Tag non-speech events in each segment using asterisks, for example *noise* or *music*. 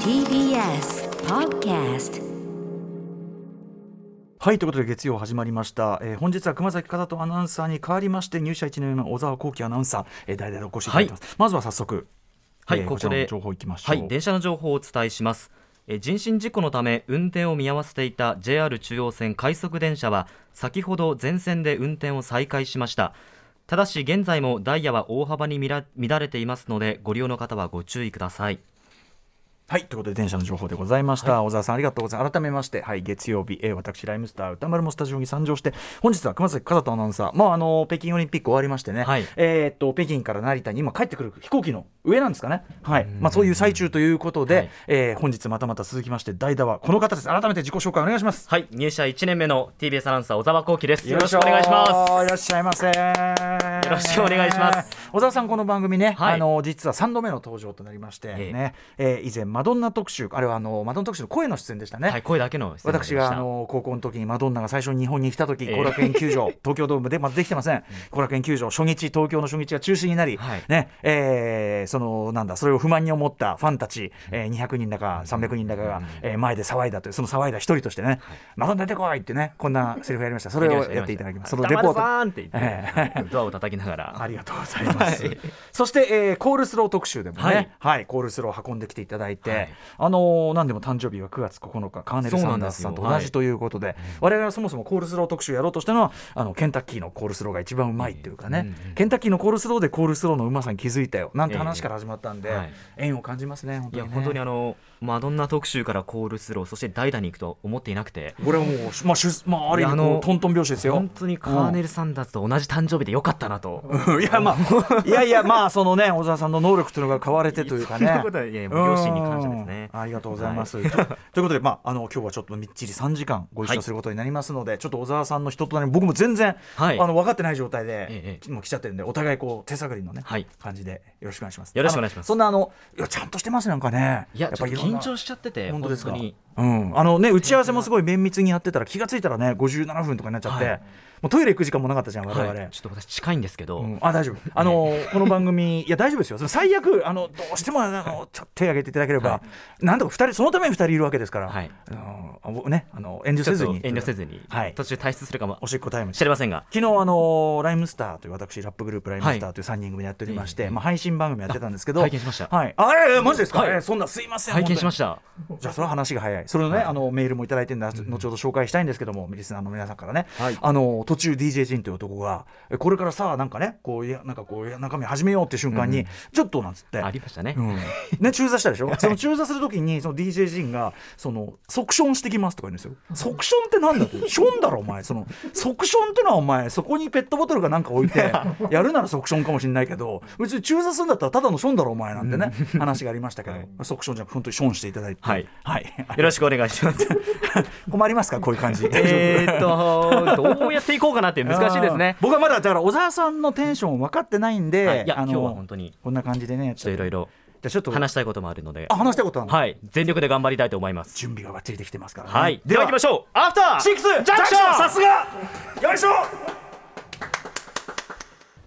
TBS Podcast はいということで月曜始まりました、えー本日は熊崎風人アナウンサーに代わりまして入社1年目の小沢光輝アナウンサー、えー、代々お越しいただきます、まずは早速はい、えーこちこらので情報いきましょはう、い、電車の情報をお伝えします。えー人身事故のため運転を見合わせていた JR 中央線快速電車は先ほど全線で運転を再開しました。ただし現在もダイヤは大幅に乱乱れていますのでご利用の方はご注意ください。はいということで電車の情報でございました、小沢さんありがとうございます改めまして、はい、月曜日、えー私ライムスター歌丸もスタジオに参上して本日は熊崎風人アナウンサー、まあ、あの北京オリンピック終わりましてね、はいえーっと北京から成田に今帰ってくる飛行機の上なんですかね、はいまあ、そういう最中ということで、はいえー本日またまた続きまして代打はこの方です改めて自己紹介お願いしますはい、入社1年目の TBS アナウンサー小沢光輝です。よよろろししくくおお願願いいしします。いまらっしゃいませ。よろろしくお願いします。小沢さんこの番組ね、はいあの実は3度目の登場となりましてええね、えー以前マドンナ特集、あれはあのマドンナ特集の声の出演でしたね。す。はい、声だけの失礼になりまし私たがあの高校の時にマドンナが最初に日本に来た時ええ後楽園球 *laughs* 場、東京ドームでまだできてません後楽園球場初日東京の初日が中止になり、はいねえーそのなんだそれを不満に思ったファンたち、えー200人だか300人だかが、えー前で騒いだというその騒いだ一人としてね、マドンナ出てこいってねこんなセリフやりましたそれをやっていただきますそのレポート歌丸さんって言って、ドアを叩きながら。ありがとうございます、はいそして、えーコールスロー特集でもね、ははいいコールスローを運んできていただいて、はいあのー何でも誕生日が9月9日カーネル・サンダースさんとそう同なんでじすよということで、我々はそもそもコールスロー特集やろうとしたのはあのケンタッキーのコールスローが一番うまいっていうかね、うんうんケンタッキーのコールスローでコールスローのうまさに気づいたよなんて話から始まったんで、ええはい縁を感じますね本い当に,、やね、本当にあのマドンナ特集からコールスローそして代打に行くとは思っていなくてこれはもう、まあ、しゅまあ、ある意味いやあこのうトントン拍子ですよ本当にカーネル・サンダースと同じ誕生日でよかったなと。いやまあいやいやまあそのね小沢さんの能力というのが買われてというかね。そんなことはいやいやもう両親に感謝ですねうんありがとうございます。とということでまああの今日はちょっとみっちり3時間ご一緒することになりますので、ちょっと小沢さんの人となりも僕も全然、はいあの分かってない状態で、えもう来ちゃってるんでお互いこう手探りのね、はい感じでよろしくお願いします。よろしくお願いしますあのそんなあのいやちゃんとしてますねなんかね。いやちょっとろんな緊張しちゃってて本本当当ですかにうん、あのね打ち合わせもすごい綿密にやってたら気がついたらね57分とかになっちゃって、はいもうトイレ行く時間もなかったじゃん我々、はいちょっと私近いんですけど、うんあ大丈夫あの、この番組いや大丈夫ですよその最悪あのどうしてもあのちょっと手を挙げていただければ、はなんとか2人そのために2人いるわけですから、はいあのあぼねあの遠慮ちょせっとずに遠慮せずに、はい途中退出するかもおしっこタイムしれませんが昨日あのライムスターという私ラップグループライムスターという3人組でやっておりまして、ええまあ、配信番組やってたんですけど拝見しましたはい、あええマジですか、はいええそんなすいません拝見しまたしたじゃあそれは話が早いそれのね、あのメールもいただいてるんで後ほど紹介したいんですけどもリスナーの皆さんからね、はいあの途中 DJ 陣という男がえこれからさなんかねこういやなんかこういや中身始めようって瞬間に、ちょっとなんつってありましたね、うんね、中座したでしょ、その中座するときにその DJ 陣がその即ションしてきますとか言うんですよ即ションってなんだってションだろお前その即ションってのはお前そこにペットボトルかなんか置い *laughs* てやるなら即ションかもしれないけど別に中座するんだったらただのションだろお前なんてね話がありましたけど、はい即ションじゃなく本当にションしていただいてはい、はい、よろしくお願いします *laughs* 困りますかこういう感じえーっとどうやっていこうかなって難しいですねあー僕はまだだから小沢さんのテンション分かってないんで、はいいやあの今日は本当にこんな感じでねちょっといろいろじゃあちょっと話したいこともあるのであ話したいことあるのはい全力で頑張りたいと思います準備がバッチリできてますからね、はいでは行きましょうアフターシックスジャンクションさすがよいしょ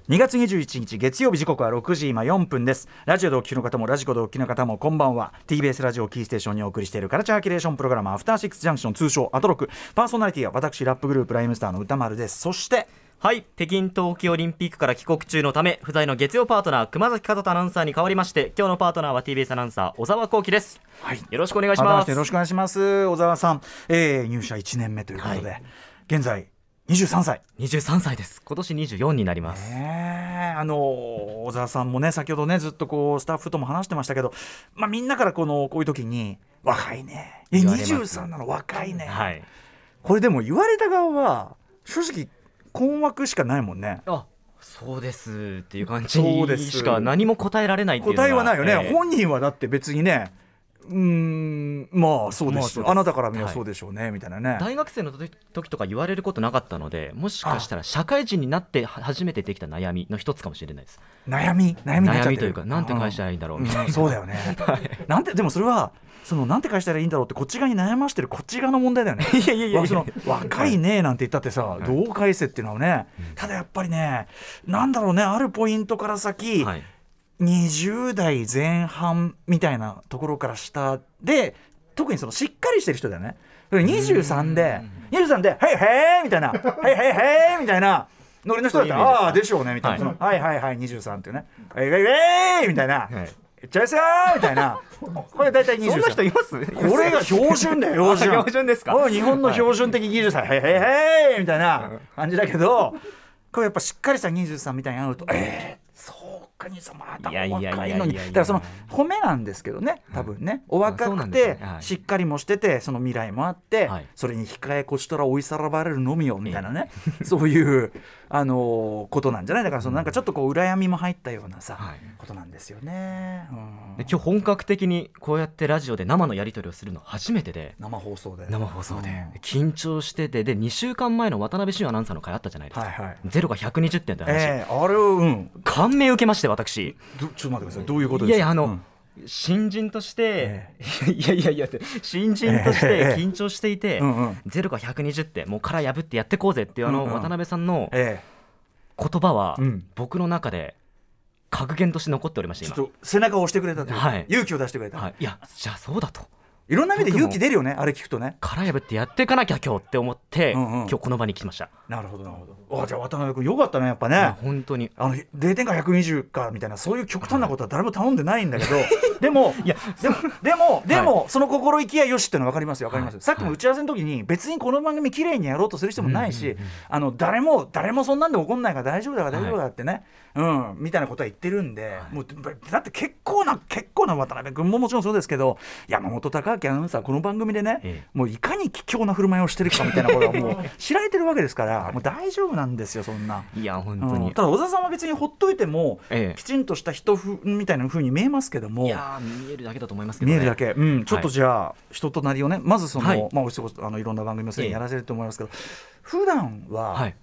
2月21日月曜日時刻は6時今4分ですラジオでお聞きの方もラジコでお聞きの方もこんばんは TBS ラジオキーステーションにお送りしているカルチャーキュレーションプログラムアフターシックスジャンクション通称アトロクパーソナリティは私ラップグループライムスターの歌丸ですそしてはい北京冬季オリンピックから帰国中のため不在の月曜パートナー熊崎和人アナウンサーに代わりまして今日のパートナーは TBS アナウンサー小沢光輝ですはいよろしくお願いします改めてよろしくお願いします小沢さん、えー入社1年目ということで、現在23歳23歳です今年24になります、ねえあの小沢さんもね先ほどねずっとこうスタッフとも話してましたけど、まあ、みんなからこのこういう時に「若いね」え「言われます23なの若いね」はいこれでも言われた側は正直困惑しかないもんね。あそうですっていう感じそうですしか何も答えられないっていうのが答えはないよね、ええ本人はだって別にねうーんまあそうでまあす,、そようですあなたから見ればそうでしょうね、みたいなね大学生の時時とか言われることなかったのでもしかしたら社会人になっては初めてできた悩みの一つかもしれないです悩み悩みになっちゃってる悩みというかなんて返したらいいんだろうみたいなそうだよ *laughs* ね、なんてでもそれはそのなんて返したらいいんだろうってこっち側に悩ましてるこっち側の問題だよ *laughs* ねいやいやいやわその若いねなんて言ったってさ、どう返せっていうのはね、ただやっぱりねなんだろうねあるポイントから先、はい20代前半みたいなところから下で特にそのしっかりしてる人だよね23で23で「はいはい」みたいな「はいはいはい」みたいなノリの人だったらそういうイメージで「すああーでしょうね」みたいな「そのはいはいはい23」っていうね「はいはいはい」みたいな「はいいっちゃいますよ」みたいなこれ大体23そんな人いますこれが標準だよ標 *laughs* あ準標準ですかおい日本の標準的技術さ「はいはいはい」みたいな感じだけどこれやっぱしっかりした23みたいに会うと「えーそうか23まだおいやいやいやいや若いのに」だからその褒めなんですけどね多分ねお若そうなくんですてねはいしっかりもしててその未来もあってはいそれに控えこちとら追いさらばれるのみよみたいなねそういうあのーことなんじゃないだからそのなんかちょっとこう羨みも入ったようなさはいことなんですよね。うんで今日本格的にこうやってラジオで生のやり取りをするの初めてで生放送で生放送でうん緊張しててで2週間前の渡辺俊アナウンサーの回あったじゃないですか、はいはいゼロが120点って話、ええあれをうん感銘受けまして私どちょっと待ってくださいどういうこといですやかいやあの、うん新人としてえ、いやいやいやって新人としええて緊張していて、うんうんゼロが120ってもう殻破ってやってこうぜっていうあのうんうん渡辺さんのえ言葉はうん僕の中で格言として残っておりましえてちょっ今、と背中を押してくれたというか、はい勇気を出してくれた、、はいい、いやじゃあそうだとろんな意味で勇気出るよねあれ聞くとね殻破ってやっていかなきゃ今日って思って、うんうん今日この場に来ました、なるほどなるほどあじゃあ渡辺君よかったねやっぱね、いや本当にあの0点か120かみたいなそういう極端なことは誰も頼んでないんだけ *laughs* どでもいやでもでもでも、その心意気やよしっていうのは分かりますよ分かりますよ、はいさっきも打ち合わせの時に別にこの番組綺麗にやろうとする人もないし、あの誰も誰もそんなんで怒んないから大丈夫だから大丈夫だってね、うんみたいなことは言ってるんで、もうだって結構な結構な渡辺君ももちろんそうですけど山本貴明アナウンサーこの番組でね、ええもういかに貴重な振る舞いをしてるかみたいなことはもう知られてるわけです *laughs* からもう大丈夫なんですよそんな。いや本当うんに、ただ小沢さんは別にほっといても、ええきちんとした人ふみたいな風に見えますけどもいやー見えるだけだと思いますけど、見えね、るだけ、うん、ちょっとはいじゃあ、人となりをねまずその、はいまあ、お仕事あのいろんな番組をすでにええやらせると思いますけど、普段は、はい、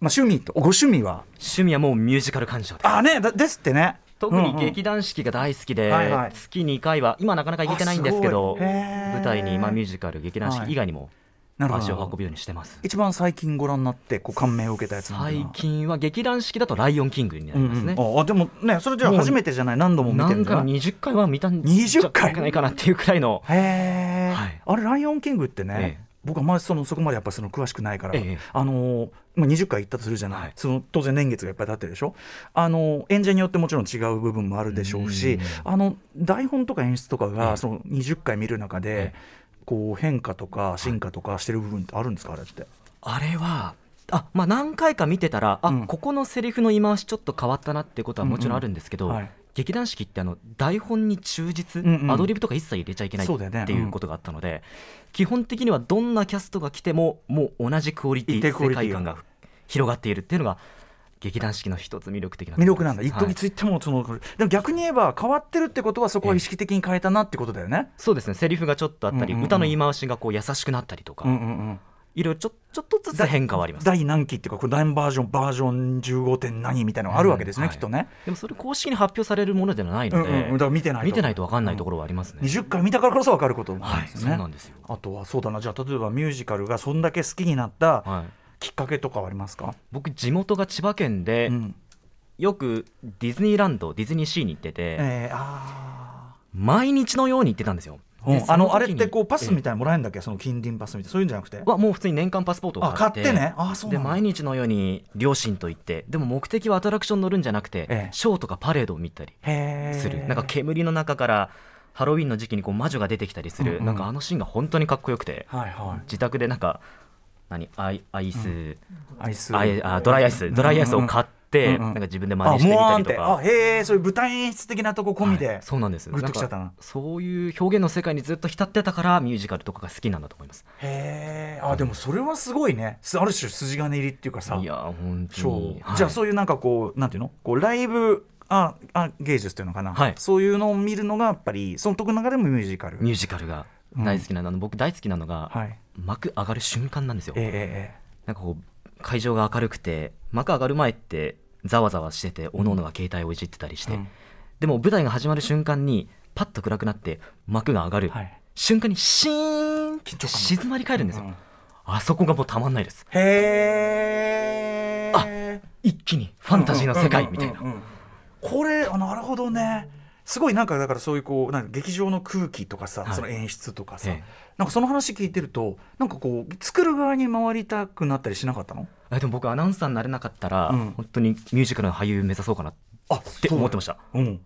まあ、趣味とご趣味は趣味はもうミュージカル鑑賞ですあねだですってね特うにんうん劇団四季が大好きで、はいはい月2回は今なかなか行けてないんですけあどすごいへー舞台に、まあ、ミュージカル劇団四季以外にもなるほど足を運ぶようにしてます一番最近ご覧になってこう感銘を受けたやつなんていうの最は近は劇団四季だと「ライオンキング」になりますね、うんうんあでもねそれじゃあもう初めてじゃない何度も見てる何んだ回もな20回は見たん20回じゃないかなっていうくらいのへえ、はいあれ「ライオンキング」ってね、ええ僕はまりそのそこまでやっぱその詳しくないから、ええあのーまあ、20回行ったとするじゃない、はいその当然年月がいっぱい経ってるでしょあの演者によってもちろん違う部分もあるでしょうし、あの台本とか演出とかがその20回見る中で、ええこう変化とか進化とかしてる部分ってあるんですかあれって。あれはあまあ、何回か見てたら、あうんここのセリフの言い回しちょっと変わったなってことはもちろんあるんですけど、うんうんはい劇団四季ってあの台本に忠実、うんうんアドリブとか一切入れちゃいけないそうだよねっていうことがあったので、基本的にはどんなキャストが来てももう同じクオリテ一ィ定クオ世リティ界観が広がっているっていうのが劇団四季の一つ魅力的なとこ魅ろ力なんだで一すはい時ついてもその、でも逆に言えば変わってるってことはそこは意識的に変えたなってことだよね。そうですねセリフがちょっとあったり、うんうんうん歌の言い回しがこう優しくなったりとか、うんうんうんいろいろちょちょっとずつ変化はあります第何期っていうかこれ何バージョンバージョン15点何みたいなのがあるわけですね、うんきっとね。でもそれ公式に発表されるものではないので、うんうんだから見てないと見てないと分かんないところはありますね、 20回見たからこそ分かることなんはでいすそうよね。なんですよあとはそうだなじゃあ例えばミュージカルがそんだけ好きになったはいきっかけとかはありますか、僕地元が千葉県で、うんよくディズニーランドディズニーシーに行ってて、えー、あ毎日のように行ってたんですよ、ーうんであそのあ時れっにてこうパスみたいなのもらえるんだっけその近隣パスみたいなそういうんじゃなくてはもう普通に年間パスポートを買ってあ買ってねあそうなんだで毎日のように両親と行ってでも目的はアトラクション乗るんじゃなくて、ええショーとかパレードを見たりへーする、なんか煙の中からハロウィンの時期にこう魔女が出てきたりする、うんうんなんかあのシーンが本当にかっこよくてはいはい自宅でなんか何アイアイス、アイスあえあドライアイスドライアイスを買って、うんうんなんか自分で真あ似してみもうあたんりてとあか。へえそういう舞台演出的なとこ込みで、はいそうなんですグッときちゃったななんかそういう表現の世界にずっと浸ってたからミュージカルとかが好きなんだと思いますへえあでもそれはすごいねすある種筋金入りっていうかさいやー本当そに、うはいじゃあそういうなんかこうなんていうのこうライブああ芸術っていうのかな、はいそういうのを見るのがやっぱりその時の中でもミュージカル。ミュージカルが大好きなの、僕大好きなのが、はい、幕上がる瞬間なんですよえええなんかこう会場が明るくて幕上がる前ってざわざわしてておのおのが携帯をいじってたりしえええて、でも舞台が始まる瞬間にパッと暗くなって幕が上がる、はい瞬間にシーンって静まり返るんですよ、うんあそこがもうたまんないですへえ一気にファンタジーの世界みたいな、うんうんうんうんこれあなるほどねすごいなんかだからそういうこうなんか劇場の空気とかさ、はいその演出とかさ、ええなんかその話聞いてるとなんかこう作る側に回りたくなったりしなかったのえでも僕アナウンサーになれなかったら、うん本当にミュージカルの俳優目指そうかなっあって思ってましたたうん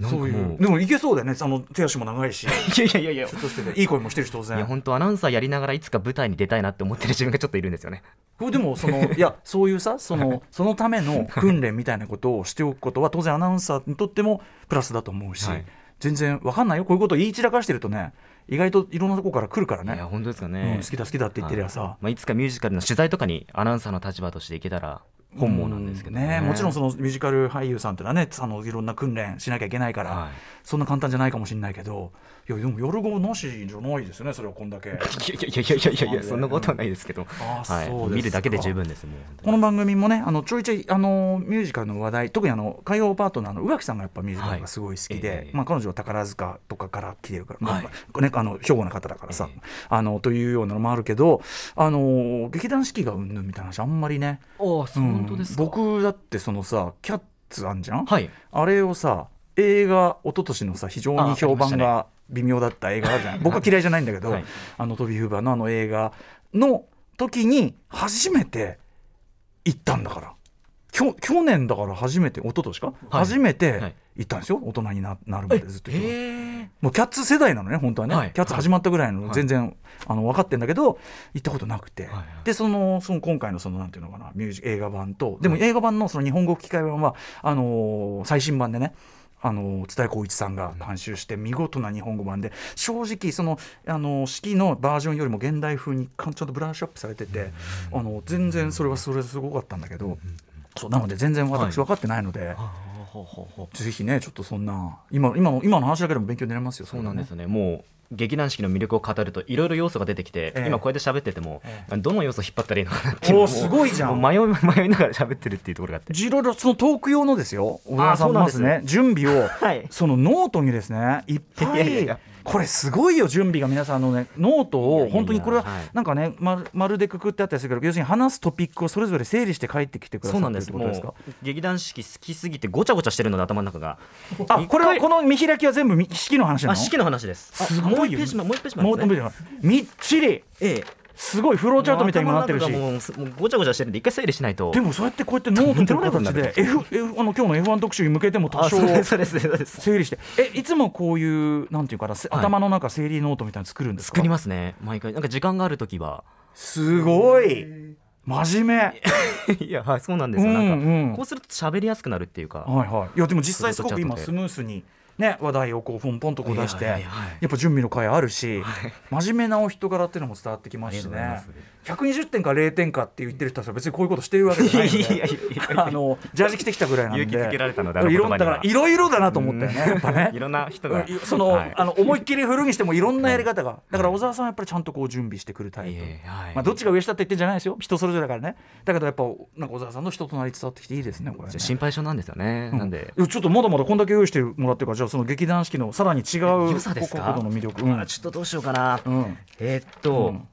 なんかそうもういうでもいけそうだよねあの手足も長いし *laughs* いやいやいやい *laughs* やちょっとしてていい声もしてるし当然いや本当アナウンサーやりながらいつか舞台に出たいなって思ってる自分がちょっといるんですよねこれでもそのいやそういうさそのそのための訓練みたいなことをしておくことは当然アナウンサーにとってもプラスだと思うし、はい全然わかんないよこういうことを言い散らかしてるとね意外といろんなとこから来るからいやね、本当ですかうん、ね好、きだ好きだって言ってりゃさ、はいまあ、いつかミュージカルの取材とかにアナウンサーの立場としていけたら本望なんですけどうね,、もちろんそののミュージカル俳優さんってのはねあのいろんな訓練しなきゃいけないから、はいそんな簡単じゃないかもしれないけどいやでも夜ごなしじゃないですよねそれはこんだけいやいやいやいやいやいやそんなことはないですけど、あはそい、うですか見るだけで十分ですもう本当こにの番組もねあのちょいちょいあのミュージカルの話題特にあの海洋パートナーの宇垣さんがやっぱミュージカルがすごい好きで、はいええまあ、彼女は宝塚とかから来てるから、はいまあね、あの兵庫の方だからさ、ええあのというようなのもあるけどあの劇団四季がうんぬんみたいな話あんまりね、ああそううん本当ですか僕だってそのさキャッツあんじゃん、はいあれをさ映画一昨年のさ非常に評判が微妙だった映画あるじゃない、 *laughs* 僕は嫌いじゃないんだけど、はいあのトビー・フーバーのあの映画の時に初めて行ったんだからきょ去年だから初めて一昨年か、初めて行ったんですよ大人にななるまでずっとへえもうキャッツ世代なのね本当はね、はいキャッツ始まったぐらいのはい全然、あの分かってんだけど行ったことなくて、はいはいでそのその今回のそのなんていうのかなミュージ映画版とでもはい映画版のその日本語吹き替え版はあのー最新版でねあのー津田光一さんが監修して見事な日本語版で正直そのあのー式のバージョンよりも現代風にかんちゃんとブラッシュアップされててあの全然それはそれですごかったんだけどそうなので全然私分かってないので、あほうほうほうぜひねちょっとそんな今今の今の話だけでも勉強になりますよそうなんねですよね、もう劇団四季の魅力を語るといろいろ要素が出てきて、ええ今こうやって喋ってても、えどの要素引っ張ったらいいのかなっていうのおをーすごいじゃんもう迷い迷いながら喋ってるっていうところがあっていろいろそのトーク用のですよ小沢さんそうなんまですずね準備を、 *laughs* はいそのノートにですねいっぱいいやいやいやこれすごいよ準備が皆さんあのねノートいやいやをいや本当にこれははいなんかねままるでくくってあったりするけど要するに話すトピックをそれぞれ整理して帰ってきてくだそさうなっんてでるってすことですかもう劇団四季好きすぎてごちゃごちゃしてるので頭の中があこれは一回この見開きは全部み式の話なのあ四季の話ですあすごいよもう一ページ前もう一ページ前もでうもすうねもうみっちりええすごいフローチャートみたいにもなってるしもう頭の中がもうもうごちゃごちゃしてるんで一回整理しないとでもそうやってこうやってノートという形でと F F あの今日の F1 特集に向けても多あ少 *laughs* そうですそうですそうです整理してえいつもこういうなんていうかな、せはい頭の中整理ノートみたいなの作るんですか作りますね毎回なんか時間があるときは *laughs* すごい真面目いやはいそうなんでうすよ、んなんかうんこうすると喋りやすくなるっていうか、はいはいいやでも実際すごく今ちょスっとちょっとムースにね話題をこうポンポンとこう出していややいやいやはいっぱ準備の回あるし真面目なお人柄っていうのも伝わってきまありすしがとうございまねす120点か0点かって言ってる人たちは別にこういうことしてるわけじゃないのでいやいやいやいやあのジャージ着てきたぐらいなんで勇気づけられたのであのい言ろ葉んになはだからいろいろだなと思った *laughs* よねやっぱねいろんな人がうんその,、はいあの思いっきり振るにしてもいろんなやり方がだから小沢さんはやっぱりちゃんとこう準備してくるタイいプ、えいえはいまあ、どっちが上下って言ってんじゃないですよ人それぞれだからねだけどやっぱなんか小沢さんの人となり伝わってきていいですねこれねじゃあ心配性なんですよね、なんでいやちょっとまだまだこんだけ用意してもらってるからじゃあその劇団四季のさらに違う良さですかことの魅力、あちょっとどうしようかな、うんうんえーっと、うん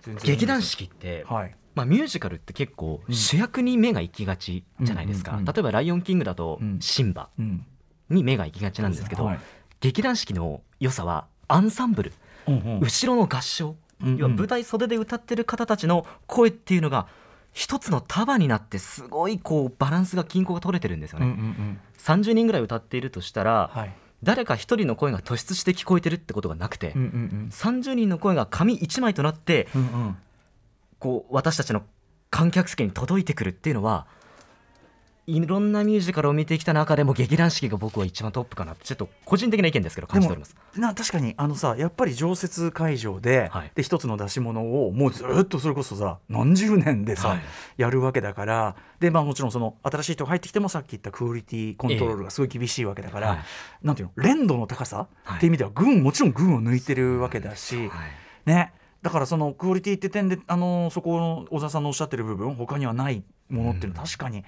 全然劇団四季って、はいまあ、ミュージカルって結構主役に目が行きがちじゃないですか、うんうんうん例えば「ライオンキング」だとうんシンバうんに目が行きがちなんですけど、はい劇団四季の良さはアンサンブル、うんうん後ろの合唱、うんうん要は舞台袖で歌ってる方たちの声っていうのが一つの束になってすごいこうバランスが均衡が取れてるんですようんうね、んうん30人ぐらい歌っているとしたら、はい誰か一人の声が突出して聞こえてるってことがなくて、うんうん30人の声が紙一枚となってうんうんこう私たちの観客席に届いてくるっていうのはいろんなミュージカルを見てきた中でも劇団四季が僕は一番トップかなってちょっと個人的な意見ですけど感じております。な確かにあのさやっぱり常設会場で,、はいで一つの出し物をもうずっとそれこそさ何十年でさ、はいやるわけだからで、まあ、もちろんその新しい人が入ってきてもさっき言ったクオリティコントロールがすごい厳しいわけだから、はいなんていうの連度の高さ、はいっていう意味では群もちろん群を抜いてるわけだし、はいね、だからそのクオリティって点で、あのそこの小沢さんのおっしゃってる部分他にはないものっていうのは確かに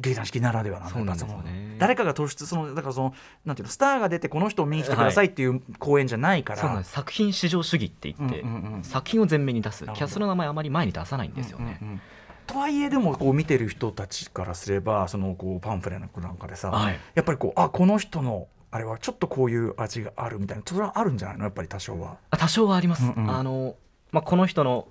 芸団式ならではなんだそうなんですよねやっぱその誰かが突出そのだからそのなんていうのスターが出てこの人を見に来てくださいっていう公演じゃないから、そうなんです作品至上主義って言って、うんうんうん作品を前面に出すなるほどキャストの名前あまり前に出さないんですよね、うんうんうんとはいえでもこう見てる人たちからすればそのこうパンフレなんかでさ、はいやっぱりこうあこの人のあれはちょっとこういう味があるみたいなそれはあるんじゃないのやっぱり多少は。あ多少はあります、うんうんあのまあ、この人の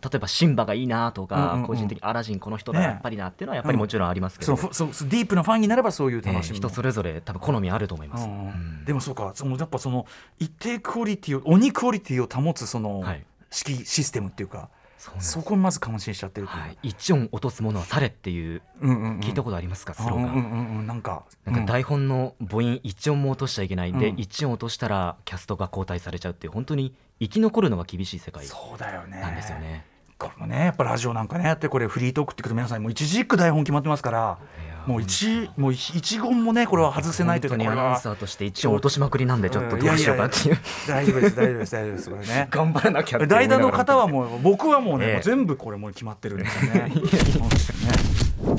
例えばシンバがいいなとか、うんうんうん個人的にアラジンこの人だねやっぱりなっていうのはやっぱりもちろんありますけそど、のふそうそうディープなファンになればそういうえー楽しみも、人それぞれ多分好みあると思います、うんうんでもそうかそのやっぱその一定クオリティを鬼クオリティを保つそのはい式、システムっていうかそうなんですそこにまず感心しちゃってるというはい、一音落とすものはされっていううんうんうん聞いたことありますか、スロうーんガン、うんうんうんなんかなんか台本の母音一音も落としちゃいけないんで、うん一音落としたらキャストが交代されちゃうっていう本当に生き残るのが厳しい世うん界そうだよねなんですよね。これもねやっぱラジオなんかねやってこれフリートークって言うと皆さんもう一軸台本決まってますからいやーもう一もう一一言もねこれは外せないという本か当にこアれナウンはサーとして一音落としまくりなんでちょっとどうしようかっていう。大丈夫です大丈夫です大丈夫ですこれね *laughs* 頑張らなきゃって思い代な打がらの方はもう僕はもうね、ええもう全部これもう決まってるんですよね。そう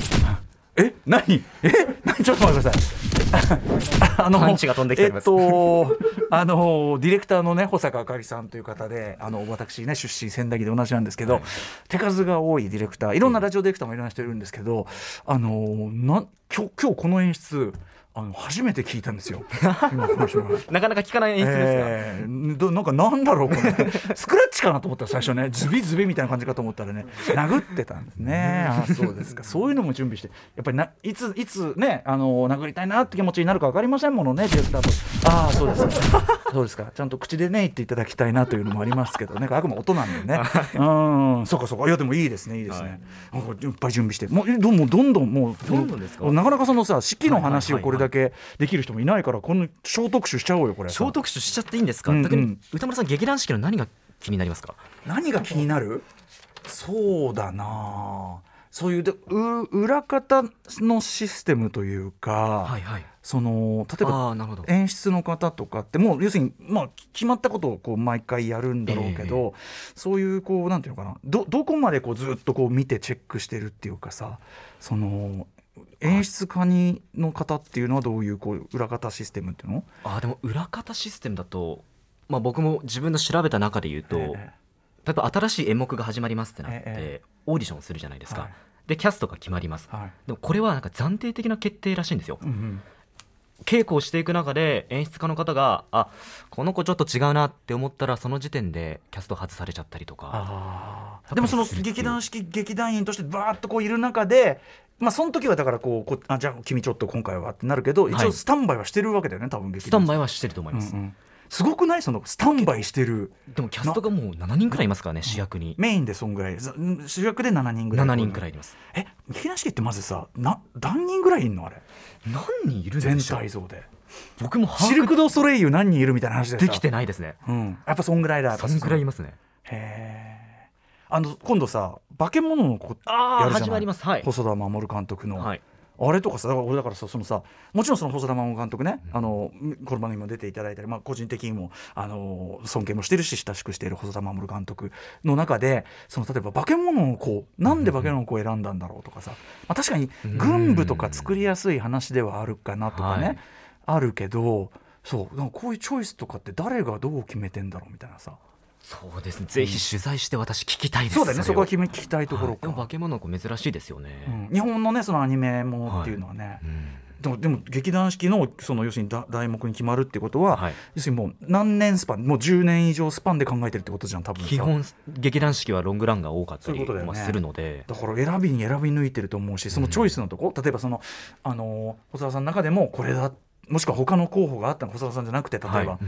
ですね *laughs* え何 *laughs* え何ちょっと待ってください。あ *laughs* パンチが飛んできておりますえっとあのディレクターのね保坂あかりさんという方であの私ね出身仙台で同じなんですけど、手数が多いディレクターいろんなラジオディレクターもいろんな人いるんですけどあのなん今日今日この演出あの初めて聞いたんです *laughs* よ。今この人がなかなか聞かない演出ですが、えーどなんかなんだろう *laughs* これスクラッチかなと思ったら最初ねズビズビみたいな感じかと思ったらね殴ってたんですねあーそうですかそういうのも準備してやっぱりないついつねあの殴りたいなって気持ちになるか分かりませんものねディレクターとああそうですかそうですかちゃんと口でね言っていただきたいなというのもありますけどねあくまで音なん *laughs* でねうんそうかそうかいやでもいいですねいいですね、なんかいっぱい準備してもうどうもどんどんもうどんどんですかなかなかそのさ式の話をはいはこいれはいだけできる人もいないからこの小特集しちゃおうよこれ小特集しちゃっていいんですか。うんうん逆に歌丸さん劇団四季の何が気になりますか。何が気になるそうだなあそういうでう裏方のシステムというか、はいはい。その例えばああなるほど。演出の方とかってもう要するに、まあ、決まったことをこう毎回やるんだろうけど、そういうこうなんていうのかなどどこまでこうずっとこう見てチェックしてるっていうかさその演出家にの方っていうのはどういうこう裏方システムっていうのああでも裏方システムだと。まあ、僕も自分の調べた中で言うと、え例えば新しい演目が始まりますってなって、ええオーディションするじゃないですか、はいでキャストが決まります、えはいでもこれはなんか暫定的な決定らしいんですよ、うんうん稽古をしていく中で演出家の方があこの子ちょっと違うなって思ったらその時点でキャスト外されちゃったりとかあーでもそのだったりするってい劇う団四季劇団員としてバーッとこういる中で、まあ、その時はだからこうこあじゃあ君ちょっと今回はってなるけどい一応スタンバイはしてるわけだよね多分劇スタ団ンバイはしてると思います、うんうんすごくないそのスタンバイしてるでもキャストがもう7人くらいいますからね主役にメインでそんぐらいざん主役で7人ぐらい7人くらいいますえ劇団四季ってまずさな何人ぐらいいんのあれ何人いるん全でしょう体像で僕も把シル握ク・ドゥ・ソレイユ何人いるみたいな話でさできてないですねうん、やっぱそんぐらいだやっぱそんくらいいますねへえあの今度さ「化け物の子」あやあるじゃない始まりますはい、細田守監督の、はい、あれとかさだから俺だからさそのさもちろんその細田守監督ね、あのこの番組も出ていただいたり、まあ、個人的にもあの尊敬もしてるし親しくしている細田守監督の中でその例えば「化け物の子」なんで化け物の子を選んだんだろうとかさ、まあ、確かに軍部とか作りやすい話ではあるかなとかね、はいあるけどそうなんかこういうチョイスとかって誰がどう決めてんだろうみたいなさそうですねぜひ取材して私聞きたいですそうだよねそこはれを君聞きたいところはいか、でも化け物の子珍しいですよね、うん日本のねそのアニメものっていうのはね、うんでもでも劇団四季のその要するにだ題目に決まるってことは、はい要するにもう何年スパンもう10年以上スパンで考えてるってことじゃん多分さ基本劇団四季はロングランが多かったそういうりことだよねまあするのでだから選びに選び抜いてると思うしそのチョイスのとこ、例えばその、あのー細田さんの中でもこれだもしくは他の候補があったの細田さんじゃなくて例えば、はい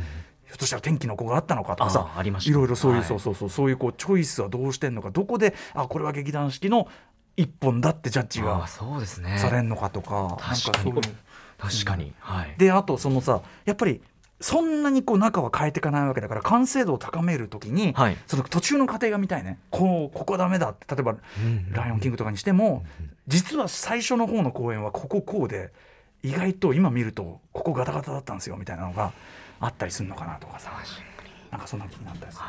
ひょっとしたら天気の子があったのかとかさあーありましたいろいろそういう、はいそうそうそうそういうこうチョイスはどうしてんのかどこであこれは劇団四季の一本だってジャッジああがそうですねされんのかとか,、なん確かそにういう確かに、はいであとそのさやっぱりそんなにこう中は変えていかないわけだから完成度を高めるときに、はいその途中の過程が見たいねこうここはダメだって例えばう「んライオンキング」とかにしても実は最初の方の公演はこここうで意外と今見るとここガタガタだったんですよみたいなのがあったりするのかなとかさなんかそんな気になったりする。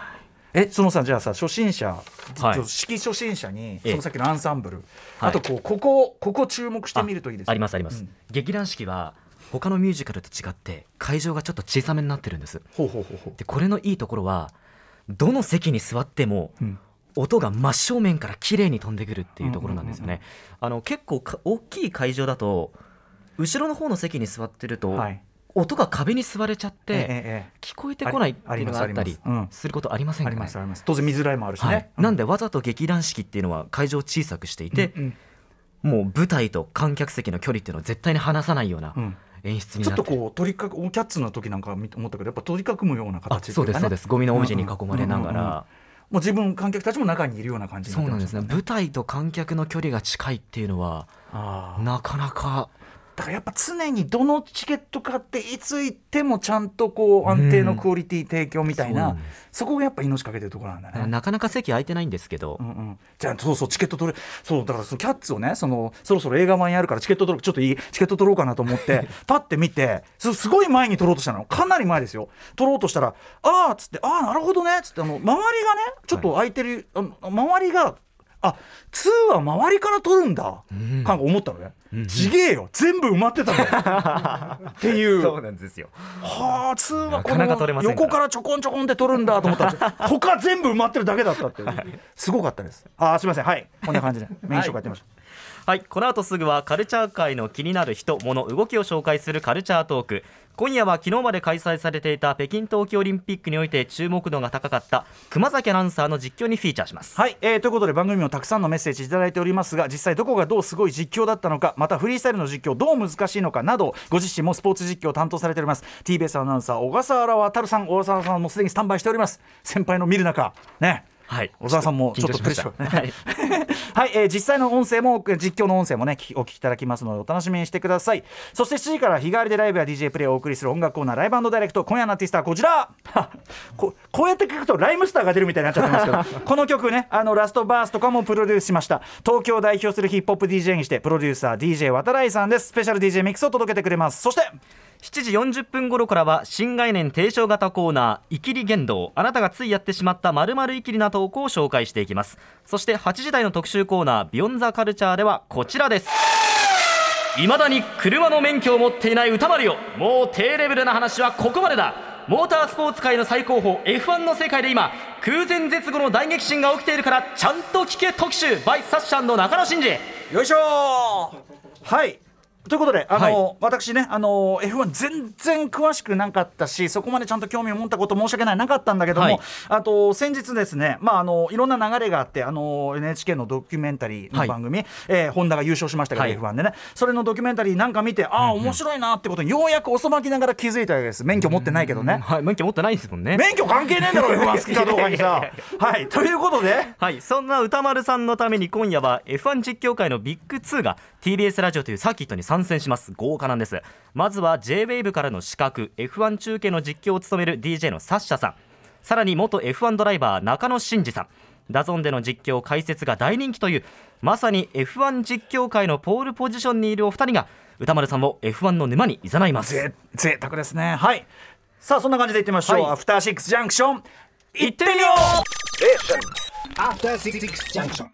えそのさじゃあさ初心者、はい指揮初心者にええそのさっきのアンサンブル、はいあとこうここここ注目してみるといいですよありますあります、うん劇団四季は他のミュージカルと違って会場がちょっと小さめになってるんですほうほうほうほうでこれのいいところはどの席に座ってもうん音が真正面から綺麗に飛んでくるっていうところなんですよね。あの結構か大きい会場だと後ろの方の席に座ってると、はい音が壁に座れちゃっええてええ聞こえてこないっていうのがあったりありますありますうんすることありませあんかりねますあります当然見づらいもあるしね、はい、なんでわざと劇団四季っていうのは会場を小さくしていて、うんうんもう舞台と観客席の距離っていうのを絶対に離さないようなうん演出にちょなっってとる、こう取りかくキャッツの時なんか見思ったけどやっぱ取り囲むようなあ形っていかねそうですそうですゴミのオブジェに囲まれうながんうんうんうんら、もう自分観客たちも中にいるような感じにそなっうてまなんでしすたねね舞台と観客の距離が近いっていうのはああなかなかだからやっぱ常にどのチケット買っていつ行ってもちゃんとこう安定のクオリティ提供みたいな、うんそうなんでそこがやっぱ命かけてるところなんだね。なかなか席空いてないんですけどう、んうん、じゃあそうそうチケット取れそうだからそのキャッツをねそのそろそろ映画版やるからチケット取ろうちょっといいチケット取ろうかなと思って *laughs* 立って見てすすごい前に取ろうとしたのかなり前ですよ取ろうとしたら「ああ」っつって「ああなるほどね」っつってあの周りがねちょっと空いてる、あの周りが「あツーは周りから取るんだ」感が思ったのね、ちげえよ全部埋まってたのよ *laughs* っていうそうなんですよはあ、通はこなかなか取れまのせんから横からちょこんちょこんって取るんだと思ったん *laughs* ですよ。他全部埋まってるだけだったっていう。すごかったです。あー、すみません。 *laughs* はい、こんな感じでメイン紹介やってみました。はいこの後すぐはカルチャー界の気になる人物動きを紹介するカルチャートーク今夜は昨日まで開催されていた北京冬季オリンピックにおいて注目度が高かった熊崎アナウンサーの実況にフィーチャーしますはい、えーということで番組にもたくさんのメッセージいただいておりますが実際どこがどうすごい実況だったのかまたフリースタイルの実況どう難しいのかなどご自身もスポーツ実況を担当されております TBS アナウンサー小笠原渉さん小笠原さんもすでにスタンバイしております先輩の見る中ねはい小沢さんもちょっと緊張しましたプレッシャーはい、えー実際の音声もえー実況の音声もね聞きお聞きいただきますのでお楽しみにしてくださいそして7時から日替わりでライブや DJ プレイをお送りする音楽コーナーライブダイレクト今夜のアーティストはこちら *laughs* ここうやって聞くとライムスターが出るみたいになっちゃってますけど *laughs* この曲ねあのラストバースとかもプロデュースしました東京を代表するヒップホップ DJ にしてプロデューサー DJ 渡来さんですスペシャル DJ ミックスを届けてくれますそして7時40分頃からは新概念提唱型コーナー「イキリ言動」あなたがついやってしまったまるイキリな投稿を紹介していきますそして8時台の特集コーナー「ビヨンザカルチャーではこちらですいまだに車の免許を持っていない歌丸よもう低レベルな話はここまでだモータースポーツ界の最高峰 F1 の世界で今空前絶後の大激震が起きているからちゃんと聞け特集 by サッシャンの中野真二よいしょーはいということで、あのはい私ね、あの F1 全然詳しくなかったし、そこまでちゃんと興味を持ったこと申し訳ないなかったんだけども、はいあと先日ですね、まああのいろんな流れがあって、あの NHK のドキュメンタリーの番組、えーホンダが優勝しましたから、はい F1 でね、それのドキュメンタリーなんか見て、ああ面白いなってことにようやく遅まきながら気づいたわけです。免許持ってないけどね。はい免許持ってないですもんね免許関係ねえんだろ F1 好きかどうかにいやさいやい。はい、ということで。はい、そんな歌丸さんのために今夜は F1 実況界のビッグ2が TBS ラジオというサーキットに参戦します豪華なんですまずは JWAVE からの資格 F1 中継の実況を務める DJ のサッシャさんさらに元 F1 ドライバー中野真二さんダゾンでの実況解説が大人気というまさに F1 実況界のポールポジションにいるお二人が歌丸さんを F1 の沼に誘いますぜ贅沢ですねはいさあそんな感じでいってみましょう、はいアフターシックスジャンクションいってみよう After Six Junction.